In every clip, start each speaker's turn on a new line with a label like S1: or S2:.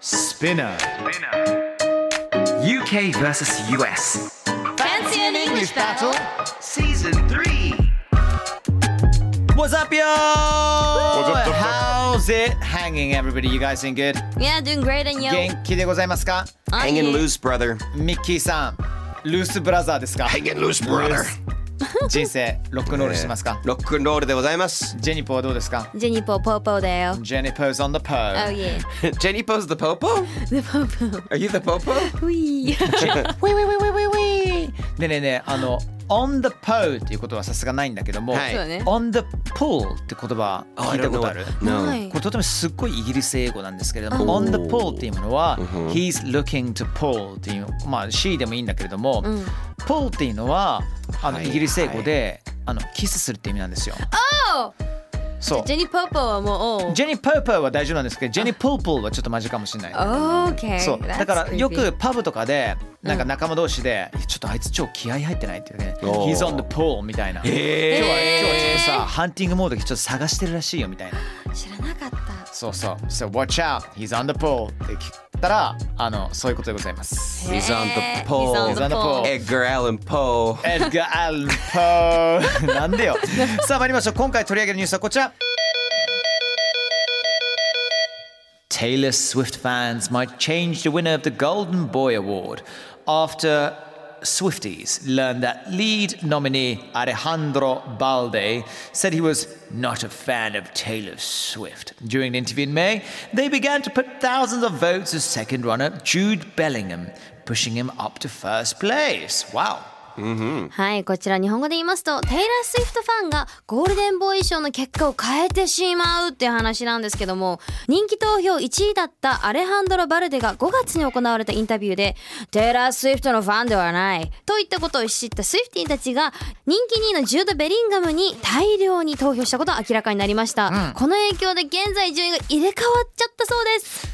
S1: Spinner.
S2: UK versus US.
S3: Fancy an English
S1: battle.
S2: Season 3.
S1: What's up, yo?
S4: up, up, up?
S1: How's it hanging, everybody? You guys doing good?
S5: Yeah, doing great and you.
S1: 元気でございますか
S4: Hanging loose, brother.
S1: ミッキーさん、ルースブラザーですか
S4: Hanging loose, brother.
S1: 人生、ロックンロールしてますか、
S4: ロックンロールでござい ます。
S1: ジェニポはどうですか
S5: ジェニポポーポーだ
S4: Uh.
S5: よ。
S1: ジェニポ 's on the
S5: Oh
S1: pole.
S5: yeah.
S4: Jenny Po's the popo?
S5: The popo.
S4: Are you the popo?
S5: ウィー。
S1: ウィウィウィウィウィウィでねえねえ、あの、on the pole っていうことはさすがないんだけども、
S4: はい
S5: そうね
S1: on the pool って言葉
S4: Oh,
S1: 聞いたことある
S4: what- No.
S5: はい
S1: これとてもすっごいイギリス英語なんですけれども、on the pole っていうものは、he's looking to pull っていう、まあ she でもいいんだけれども、
S5: ん
S1: pull っていうのは、あの、
S4: はい
S1: イギリス英語で、あのキスするって意味なんですよ。
S5: Oh!
S1: そう。
S5: ジェニポーポーはもう。
S1: ジェニー・パーパーは大丈夫なんですけど、ジェニー・プープーはちょっとまじかもしれない。
S5: Okay.
S1: そう
S5: that's
S1: だからよ
S5: creepy.
S1: くパブとかでなんか仲間同士で、ちょっとあいつ超気合入ってないっていうね「
S4: おー
S1: He's on the pole」みたいな、
S5: 네.
S4: え
S1: 今日は今日はち
S4: 네.
S1: ょっとさハンティングモードでちょっと探してるらしいよみたいな
S5: 知らなかった。
S1: そうそう「So watch out he's on the pole」って聞いたらあのそういうことでございます
S4: ー He's on the
S5: 네. He's on
S4: pole.
S5: the
S1: He's on the pole.
S5: pole.
S4: Edgar Allan Poe.
S1: エルガー・アルン・ポーなんでよ さあ参りましょう今回取り上げるニュースはこちら Taylor Swift fans might change the winner of the Golden Boy Award after Swifties learned that lead nominee Alejandro Balde said he was not a fan of Taylor Swift. During the interview in May, they began to put thousands of votes as second runner Jude Bellingham, pushing him up to first place. Wow.
S5: はい、こちら日本語で言いますと、テイラー・スウィフトファンがゴールデンボーイ賞の結果を変えてしまうっていう話なんですけども、人気投票1位だったアレハンドロ・バルデが5月に行われたインタビューで、テイラー・スウィフトのファンではないといったことを知ったスウィフティーたちが、人気2位のジュード・ベリンガムに大量に投票したことが明らかになりました。この影響で現在順位が入れ替わっちゃったそうです。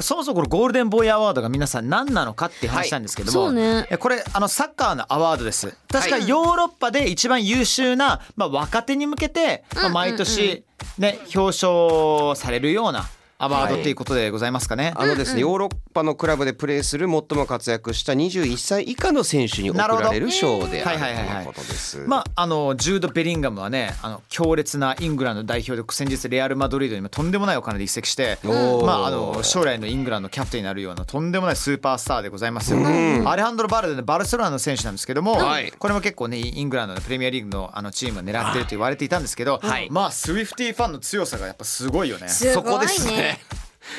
S1: そもそもこのゴールデンボーイアワードが皆さん何なのかっていう話なんですけども、
S5: はいそうね
S1: えこれあのサッカーのアワードです確か
S4: はい
S1: ヨーロッパで一番優秀な、まあ、若手に向けて、まあ、毎年、ね表彰されるようなアワードっていうことでございますかね。
S4: あのですね、ヨーロッパのクラブでプレーする最も活躍した21歳以下の選手に贈られる賞である
S1: なるほど
S4: ということです。
S1: まあ、あのジュード・ベリンガムはねあの強烈なイングランド代表で先日レアル・マドリードにもとんでもないお金で移籍して、
S4: おー
S1: まあ、あの将来のイングランドのキャプテンになるようなとんでもないスーパースターでございますよ、アレハンドロ・バルデのバルセロナの選手なんですけども、
S4: はい
S1: これも結構ねイングランドのプレミアリーグのあのチームを狙ってると言われていたんですけど、
S4: はい
S1: まあスウィフティファンの強さがやっぱすごいよね。
S5: す
S4: そ
S5: ご
S4: こで
S5: い
S4: す
S5: ね
S4: ね。。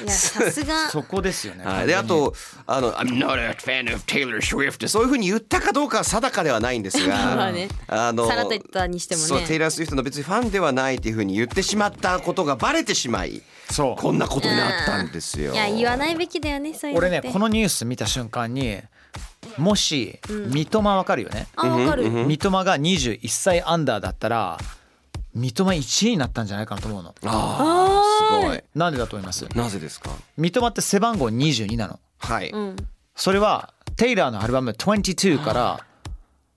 S5: いや、さすが。
S1: そこですよね。
S4: はい、であとあの「I'm not a fan of Taylor Swift」ってそういうふうに言ったかどうかは定かではないんです
S5: まあ
S4: が
S5: ね
S4: あの
S5: さらっと言ったにしてもね
S4: そうテイラー・スウィフトの別にファンではないっていうふうに言ってしまったことがバレてしまい
S1: そう
S4: こんなことになったんですよ。
S5: いや言わないべきだよねそういうの
S1: 俺
S5: って
S1: ねこのニュース見た瞬間にもし三笘わかるよね、
S5: あわかる、
S1: 三笘が21歳アンダーだったら三笘1位になったんじゃないかなと思うの
S4: あーすごい
S1: なんでだと思います
S4: なぜですか
S1: 三笘って背番号22なの
S4: はい、
S1: それはテイラーのアルバム22から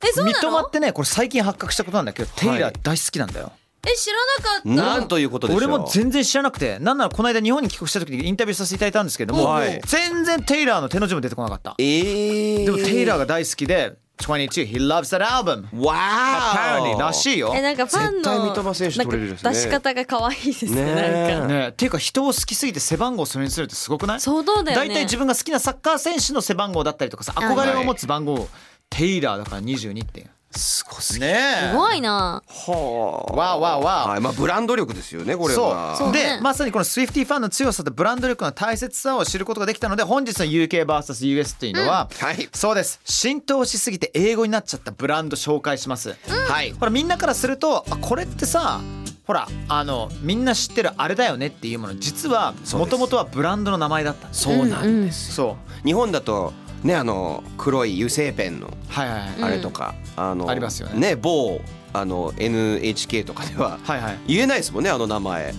S5: えそう
S1: 三
S5: なの
S1: 笘ってねこれ最近発覚したことなんだけどテイラー大好きなんだよ、
S5: え知らなかった
S4: なんということでしょう
S1: 俺も全然知らなくてなんならこの間日本に帰国した時にインタビューさせていただいたんですけども、
S4: はい
S1: 全然テイラーの手の字も出てこなかった
S4: えー、
S1: でもテイラー
S4: ー
S1: が大好きで22 he loves that album
S4: わー
S1: apparently らしいよ
S5: えなんかファンの
S4: 絶対三笘選手取れるですね
S5: なんか出し方が可愛いですね
S4: ね
S5: なんか
S1: ねえっていうか人を好きすぎて背番号をそれにするってすごくない
S5: そうだよね
S1: 大体自分が好きなサッカー選手の背番号だったりとかさ
S5: ん
S1: 憧れを持つ番号、テイラーだから22って
S4: すごすぎ
S1: ねえ
S5: すごいな
S4: はあ
S1: わあわあわあ
S4: はいまあブランド力ですよねこれは
S1: そう
S5: うね
S1: でまさにこのスイフティファンの強さとブランド力の大切さを知ることができたので本日の UKVSUS っていうのは、
S4: うんはい
S1: そうです浸透しすぎて英語になっちゃったブランド紹介します、
S4: はい
S1: ほらみんなからするとあこれってさほらあのみんな知ってるあれだよねっていうもの実は
S4: そう
S1: も
S4: です
S1: ともとはブランドの名前だった
S4: そうなんです、
S1: そ
S4: 日本だとねあの黒い油性ペンの
S1: うはいはいはい、
S5: ん
S4: あれとか、あの
S1: ありますよね
S4: 某あの NHK とかでは
S1: はいはい
S4: 言えないですもんねあの名前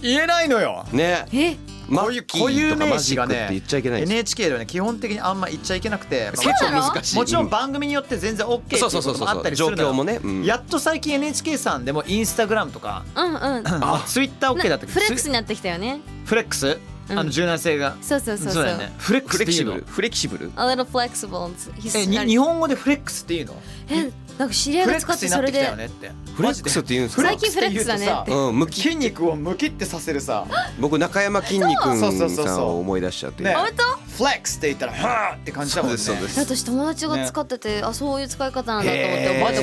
S1: 言えないのよ
S4: ね
S5: え
S4: マ
S1: こういう
S4: ッキ
S1: こうい
S4: ー
S1: う
S4: とか
S1: 名
S4: マジ
S1: 詞
S4: ッ
S1: が
S4: クっ
S1: ね
S4: て言っちゃいけないです、
S1: NHK ではね基本的にあんま言っちゃいけなくて
S4: 結
S1: まあ
S4: 構
S5: そうなの
S4: 難しい
S1: もちろん番組によって全然 OK っていう
S4: そうそ
S1: こ
S4: うそう
S1: と
S4: そう
S1: もあったりす
S4: 状
S1: るのよ
S4: 況もね、うん
S1: やっと最近 NHK さんでもインスタグラムとか
S5: うん うん
S1: ツイッター OK だったけど
S5: フレックス
S1: ツイ
S5: になってきたよね
S1: フレックス
S5: う
S1: あ
S5: ん
S1: の柔軟性が
S5: そうそうそうそう
S1: だよねフレック
S4: フ
S1: ス
S4: レ
S1: っ
S4: キ
S1: ていう
S4: シブ
S1: の
S4: ルフレキシブル
S5: A little flexible He's-
S1: えに日本語でフレックスっていうの
S5: えなんか知り合い
S1: フ
S5: が
S1: レッ
S5: 使
S1: ク
S5: っ
S1: ス
S5: て
S1: にな
S5: そ
S1: って
S5: れ
S1: きた
S5: で
S1: よねって
S4: フレックスって言うんですか
S5: 最近フレックスだね
S1: マジで言うとさ
S4: うん、むき
S1: 筋肉をむきってさせるさ
S4: 僕中山きんに君
S1: そうそうそう
S4: さ
S1: そ
S4: ん
S1: う
S4: を思い出しちゃって、
S1: ね
S5: 本当
S1: フレックスって言ったらはーって感じだもんね
S4: そうですそうで
S5: 私
S4: す
S5: 友達が使っててあそういう使い方なんだと思って覚えたことがあったっ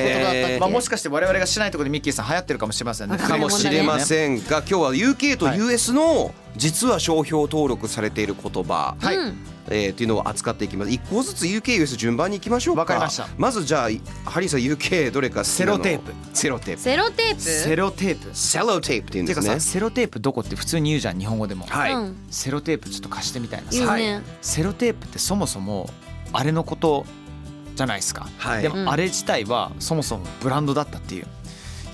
S5: てい
S4: へ
S5: う
S4: ー
S1: まあもしかして我々がしないところでミッキーさん流行ってるかもしれませんね
S4: かもしれませんが今日は UK と
S1: はい
S4: US の実は商標登録されている言葉、
S1: はい
S5: うん
S4: えー、っていうのを扱っていきます一個ずつ UKUS 順番にいきましょうか
S1: わかりました
S4: まずじゃあハリーさん UK どれか好き
S1: セ
S4: なの
S1: ロテープ
S4: セロテープ
S5: セロテープ
S1: セロテープ
S4: セロテープって言うん
S1: て
S4: で
S1: か
S4: す
S1: さ
S4: ね
S1: セロテープどこって普通に言うじゃん日本語でも、
S4: はい、
S5: うん
S1: セロテープちょっと貸してみたいな
S5: 言
S1: さ、
S5: うね
S1: セロテープってそもそもあれのことじゃないですか、
S4: はい
S1: で
S5: う
S1: も
S5: ん
S1: あれ自体はそもそもブランドだったっていう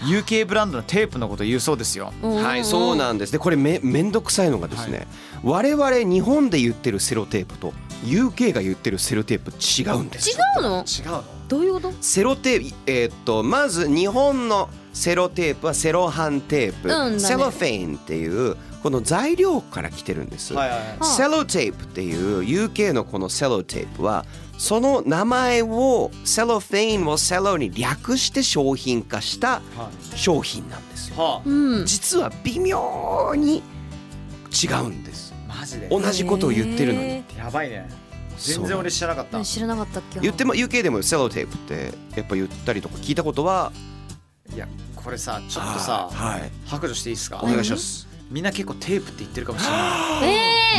S1: UK ブランドのテープのことを言うそうですよ
S5: うんうん
S4: はい、そうなんですでこれめめんどくさいのがですね、我々日本で言ってるセロテープと UK が言ってるセロテープ違うんです
S5: 違うの
S1: 違うの
S5: どういうこと
S4: セロテープえーっとまず日本のセロテープはセロハンテー
S5: うん
S4: プ、
S5: だね
S4: セロフェインっていうこの材料から来てるんです、
S1: はいはいはい
S5: あ
S4: セロテープっていう UK のこのセロテープはその名前をセロフェインをセロに略して商品化した商品なんですよ
S1: は
S5: うん
S4: 実は微妙に違うんです
S1: あマジで
S4: 同じことを言ってるのに
S5: へ
S1: やばいね
S4: そう
S1: 知らなかっ
S5: ー知らなかったっけ
S4: 言っても UK でもセロテープってやっぱ言ったりとか聞いたことはい
S1: やこれさち
S4: ち
S1: ょっとさ
S4: はい、
S1: 白状していいですか
S4: お願いします
S1: みんな結構テープって言ってるかもしれな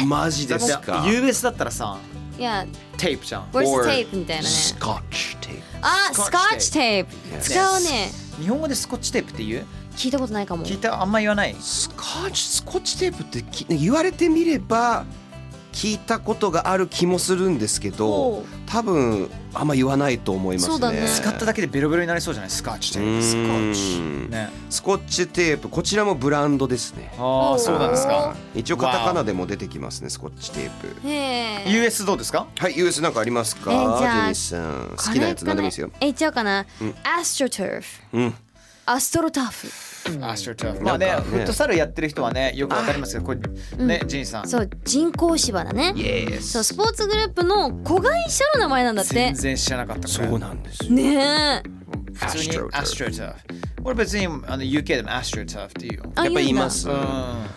S5: え
S4: マジ
S1: いだ
S4: で
S1: って
S4: すか
S1: US だったらさ
S5: ーいや
S1: テープじゃん
S5: Where's
S4: Or-
S5: the tape みたいなね
S4: スコッチテープ
S5: あスコッチ
S1: Scotch
S5: テープ使うね
S1: 日本語でスコッチテープって言う
S5: 聞いたことないかも
S1: 聞いたあんま言わない
S4: スコッチスコッチテープってき言われてみれば聞いたことがある気もするんですけ
S5: お
S4: ど
S5: う
S4: 多分あんま言わないと思いますね
S5: そうだね
S1: 使っただけでベロベロになりそうじゃないスカッチテープ
S4: うん
S1: スカッチね
S4: スコッチテープこちらもブランドですね
S1: あ
S5: おー
S1: あそうなんですか
S4: 一応カタカナでも出てきますねスコッチテープ
S5: へえ
S1: US どうですか
S4: はい US なんかありますか、
S5: えーじゃあ
S4: ジェニーさん好きなやつ何でもいいですよ
S5: えいっちゃおうかな AstroTurf
S4: うん
S5: アストロターフ
S1: あシュートまあね
S4: なんか
S1: フ
S4: ね
S1: ットサルやってる人はねよくわかりますけどこれねジンさん
S5: そう人工芝だね
S4: イエス
S5: そうスポーツグループの子会社の名前なんだって
S1: 全然知らなかったから
S4: そうなんですよ
S5: ねえ
S1: 普通に
S4: AstroTurf
S1: AstroTurf 俺別にあの UK でも AstroTurf っていうよ
S5: あ
S4: やっぱ言
S5: 言う
S4: いま
S5: んだ
S4: す
S1: うん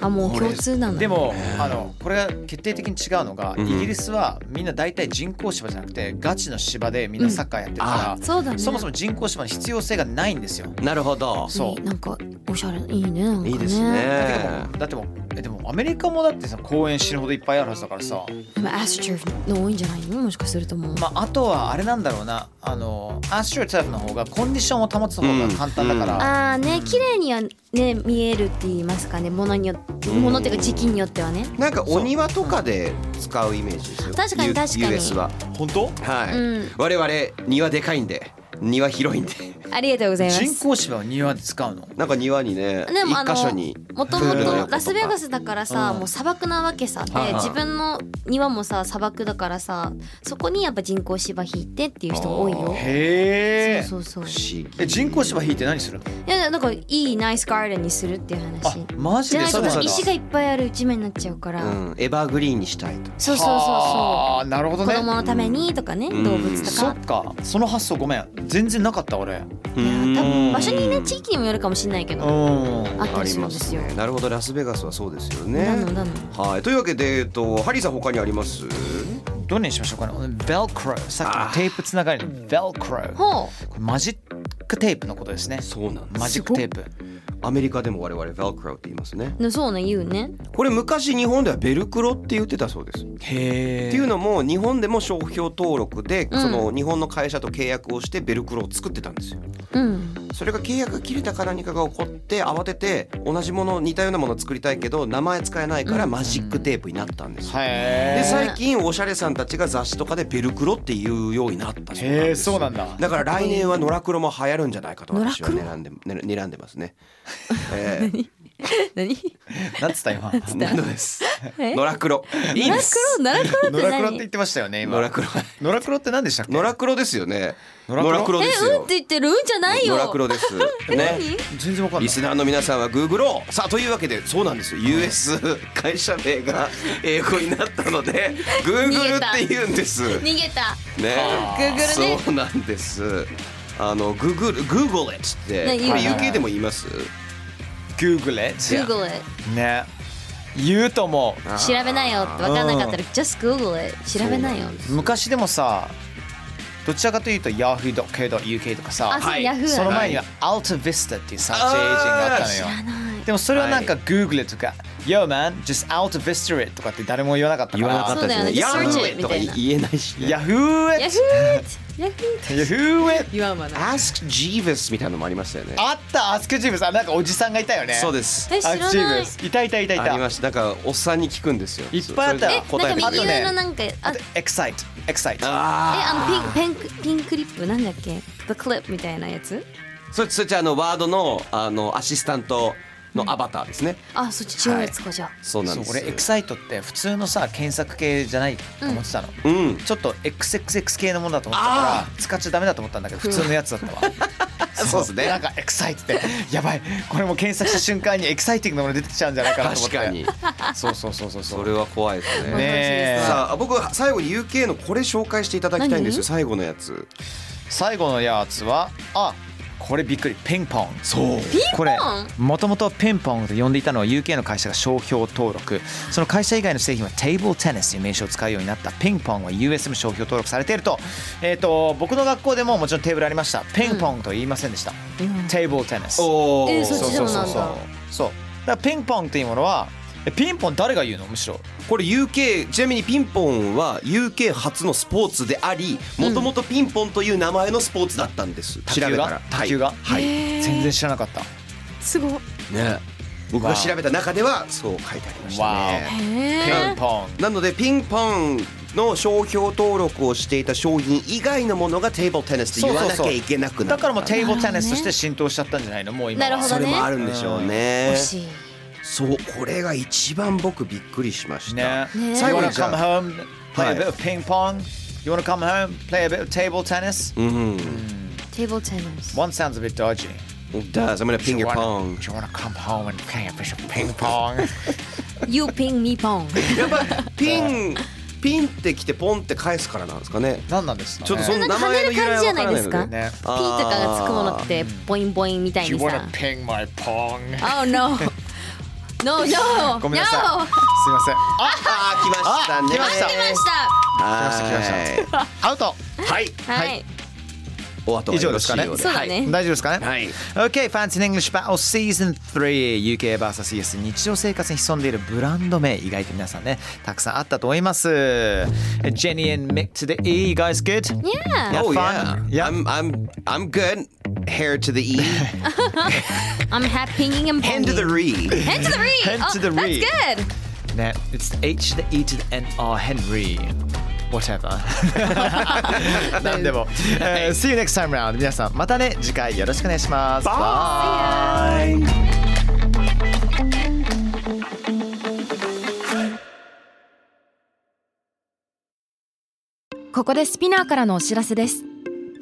S5: あもう共通なんだ
S1: でもあのこれが決定的に違うのが、イギリスはみんな大体人工芝じゃなくてガチの芝でみんなサッカーやってるから、
S5: あそうだね
S1: そもそも人工芝の必要性がないんですよ。
S4: なるほど
S1: そう
S5: いいなんかおしゃれいいねなんかね
S4: いいですね
S1: だってもうえでもアメリカもだってさ公園死ぬほどいっぱいあるはずだからさ、
S5: まあ、アスチューの多いんじゃないのもしかするともう、
S1: まあ、あとはあれなんだろうなあのアッシュタフの方がコンディションを保つ方が簡単だから、
S5: ああーね綺麗にはね見えるって言いますかねものによってものっていうか時期によってはね
S4: なんかお庭とかで使うイメージですよ
S5: 確かに
S4: U-
S5: 確かに
S4: US は
S1: 本当
S4: はい、
S5: うん
S4: 我々庭でかいんで庭広いんで
S5: ありがとうございます
S1: 人工芝を庭で使うの
S4: なんか庭にね
S5: でもあ
S4: 一
S5: の
S4: 箇所に
S5: もと
S4: プ
S5: も
S4: ールの
S5: と
S4: 横とか
S5: ラスベガスだからさ、
S1: うん
S5: もう砂漠なわけさで、
S4: はいはい
S5: 自分の庭もさ砂漠だからさそこにやっぱ人工芝引いてっていう人多いよ
S1: へ
S5: そうそう
S4: 不
S5: そう
S4: 思議
S1: え人工芝引いて何するの
S5: いやなんかいいナイスガーデンにするっていう話
S1: あマジ
S5: じゃ
S1: で
S5: ない
S1: そうなん
S5: と
S1: だ
S5: 石がいっぱいある地面になっちゃうから、
S4: うん、エバーグリーンにしたいと
S5: そうそうそうそう
S1: あーなるほど
S5: 子
S1: ね
S5: 供のためにとかね、
S4: うん
S5: 動物と
S1: そ
S5: か
S1: っかその発想ごめん全然なかった俺
S4: う
S5: いや
S4: ん
S5: 多分場所にね地域にもよるかもしれないけ
S1: う
S5: ど、
S1: ん
S5: あった
S4: あ
S5: り
S4: り
S5: する
S4: ま
S5: んですすよ。
S4: ねなるほどラスベガスはそうですよ
S5: な
S4: ね
S5: のなの。
S4: はいというわけで、えっと、ハリーさん他にあります
S1: どれにしましょうかねベルクロさっきのテープつながりのベルクロ
S5: ほう。
S1: これマジックテープのことですね
S4: そうなん
S1: マジックテープ
S4: アメリカでも我々ベルクロって言いますね
S5: のそうね言うね。
S4: これ昔日本ではベルクロって言ってたそうです
S1: へえ
S4: っていうのも日本でも商標登録でその日本の会社と契約をしてベルクロを作ってたんですよ。
S5: うん。
S4: それが契約が切れたか何かが起こって慌てて同じもの似たようなものを作りたいけど名前使えないからマジックテープになったんですよ。
S1: へ
S4: で最近おしゃれさんたちが雑誌とかでベルクロっていうようになったそうなん
S1: え
S4: です
S1: そ
S4: よ
S1: うなんだ
S4: だから来年はノラクロも流行るんじゃないかと私は睨んでね睨んでますね。えー
S5: 何
S1: なんつった今
S4: なのです。
S5: え
S4: ノラクロ。いい
S5: 奈
S4: で
S5: 良
S4: す。
S5: 黒奈良黒
S1: ノ
S5: って
S1: ラクロって言
S5: 何
S1: っ？てましたよね今
S4: ノラクロ。
S1: ノラクロって何でしたっけ
S4: ノラクロですよね。
S1: ノラクロ
S4: ノラクロです
S5: えうんっ
S4: よ
S5: て。言ってるうんじゃないよ。
S4: ノラクロです。ね。
S1: 全然わかんない
S4: リスナーの皆さんは Google をさあというわけでそうなんですよ US 会社名が英語になったので Google って言うんです
S5: 逃げた。
S4: ね
S5: Google ね
S4: そうなんですあの Google Google it って
S5: ね
S4: これ
S5: 言う
S4: UK でも言います
S1: Google it
S5: Google it。
S1: ね言うとも
S5: 調べなよって分かんなかったら just Google it。調べなよ。
S1: 昔でもさどちらかというと Yahoo.co.uk とかさ
S5: あそう
S1: はい
S5: Yahoo
S1: その前には AltaVista っていうサーチエージェントがあったのよ
S5: 知らない。
S1: でもそれはなんか Google とか、Yo man, just AltaVista it とかって誰も言わなかったから
S5: ったですね
S4: ヤ
S5: そうだよね Just
S4: フ
S5: search
S4: ー
S5: it
S4: と
S5: み
S4: か
S5: たいな
S4: 言えないし、ね、
S1: Yahoo
S5: Yahoo
S1: it!
S5: it。Yahoo it。
S1: Yahoo it!
S5: 言わんわな。
S4: Ask Jeeves みたいなのもありましたよね
S1: あったアスクジーブスあなんかおじさんがいたよね
S4: そうですす
S5: え知ら
S1: アスクジー
S5: な
S1: ブ
S5: い。
S1: スいたいたいたい
S4: あり
S1: た
S4: ましただからおっさんに聞くんですよ
S1: いっぱいあった
S4: それ
S5: えなん
S4: で答えてく
S5: か
S4: れ
S5: 右
S4: る
S5: 上のなんかあ
S1: あと Excite Excite
S5: え
S4: あ
S5: あのピンペンピンクリップなんだっけ The clip みたいなやつ
S4: ーそれそれじゃああのワードのあのアシスタントのアバターですね、
S5: あそっち違うやつかじゃあ
S4: そうなん
S1: そう
S4: です
S1: 俺 Excite って普通のさ検索系じゃないと思ってたの、
S4: うん
S1: ちょっと XXX 系のものだと思ったから使っちゃダメだと思ったんだけど普通のやつだったわ
S4: そうですね
S1: なんかエクサイトってやばいこれもう検索した瞬間にエキサイティングなもの出てきちゃうんじゃないかなと思っ
S4: 確
S1: て
S4: かに
S1: そうそうそうそうそ
S4: そうれは怖いですね
S1: ねえ
S4: さあ僕は最後に UK のこれ紹介していただきたいんですよ
S5: 何
S4: 最後のやつ
S1: 最後のやつはあこれびっくりピンポン
S4: そ
S5: ピンポ
S4: う
S5: ン
S1: これもともとピンポンと呼んでいたのは UK の会社が商標登録その会社以外の製品はテーブルテニスという名称を使うようになったピンポンは US も商標登録されていると,、えー、と僕の学校でももちろんテーブルありましたピンポンと言いませんでした、テーブルテニス
S4: お
S5: えー
S1: そう
S5: そっちで
S1: そ
S5: も
S1: う
S5: な
S1: そ
S5: ん
S1: う
S5: だ
S1: そうそうだからピンポンっていうものはえピンポン誰が言うのむしろ
S4: これ UK ちなみにピンポンは UK 初のスポーツでありもともとピンポンという名前のスポーツだったんです
S1: 卓
S4: 調
S1: 球が
S4: べたら
S1: 卓球が
S4: はい、はい
S1: 全然知らなかった
S5: すごい
S4: ね僕が調べた中ではそう書いてありましたね
S1: ピンポン
S4: なのでピンポンの商標登録をしていた商品以外のものがテーブルテニスと言わなきゃいけなくな
S1: だ
S4: った
S1: からもうテーブルテニスとして浸透しちゃったんじゃないのもう今は
S5: なるほど
S4: そ
S5: ね
S4: れもあるんでしょうね
S5: 欲しい
S4: そうこれが一番僕びっくりしました、
S1: ね
S5: ね
S1: You
S4: 最後
S1: wanna
S4: にじゃ
S1: come
S4: あ
S1: home, play
S4: は
S1: a
S4: い
S1: bit of ping pong? You wanna come home, play a bit of table tennis?
S4: うん
S5: テーブルテニス
S1: One sounds a bit dodgy.
S4: does I'm gonna
S1: Do you
S4: ping your
S1: wanna-
S4: pong
S1: Do you wanna come home and play a bit of ping pong?
S5: You ping me pong
S4: やっぱピンピンってきてポンって返すからなんですかね
S1: 何なんですかね
S4: ちょっとその
S5: なんか
S4: 名前の由来は分からないの
S5: 跳ねる感じじゃない
S4: で
S1: ね。
S5: ピーとかがつくものってボインボインみたい
S1: Do you
S5: に
S1: wanna
S5: さ
S1: ping my pong?
S5: Oh no No no
S1: ごめんなさい。すい
S5: No
S1: ません。あ、
S4: あー来ましたね
S1: あ来ました
S5: 来まし
S4: はい
S1: 来アウト。はい。
S5: たはい
S4: お後がよろしいよ
S1: 以
S4: う
S1: 上です
S5: かねそうだね
S1: 大丈夫ですかね。
S4: はい
S1: OK Fancy in English Battle Season 3UKVSUS 日常生活に潜んでいるブランド名意外と皆さんねたくさんあったと思います Jenny and Mick today you guys good?
S5: Yeah
S4: Oh yeah.
S1: fun.
S4: I'm I'm I'm good. Hair to the E,
S5: I'm happy pinging and
S4: hand to the
S5: ponging
S4: re.
S5: Hand to the re
S1: Hand to the
S5: Oh,
S1: re.
S5: That's good
S1: ね It's the H to the E to the N R Henry Whatever 何でも、えー See you next time round 皆さんまたね次回よろしくお願いします
S3: ここでスピナーからのお知らせです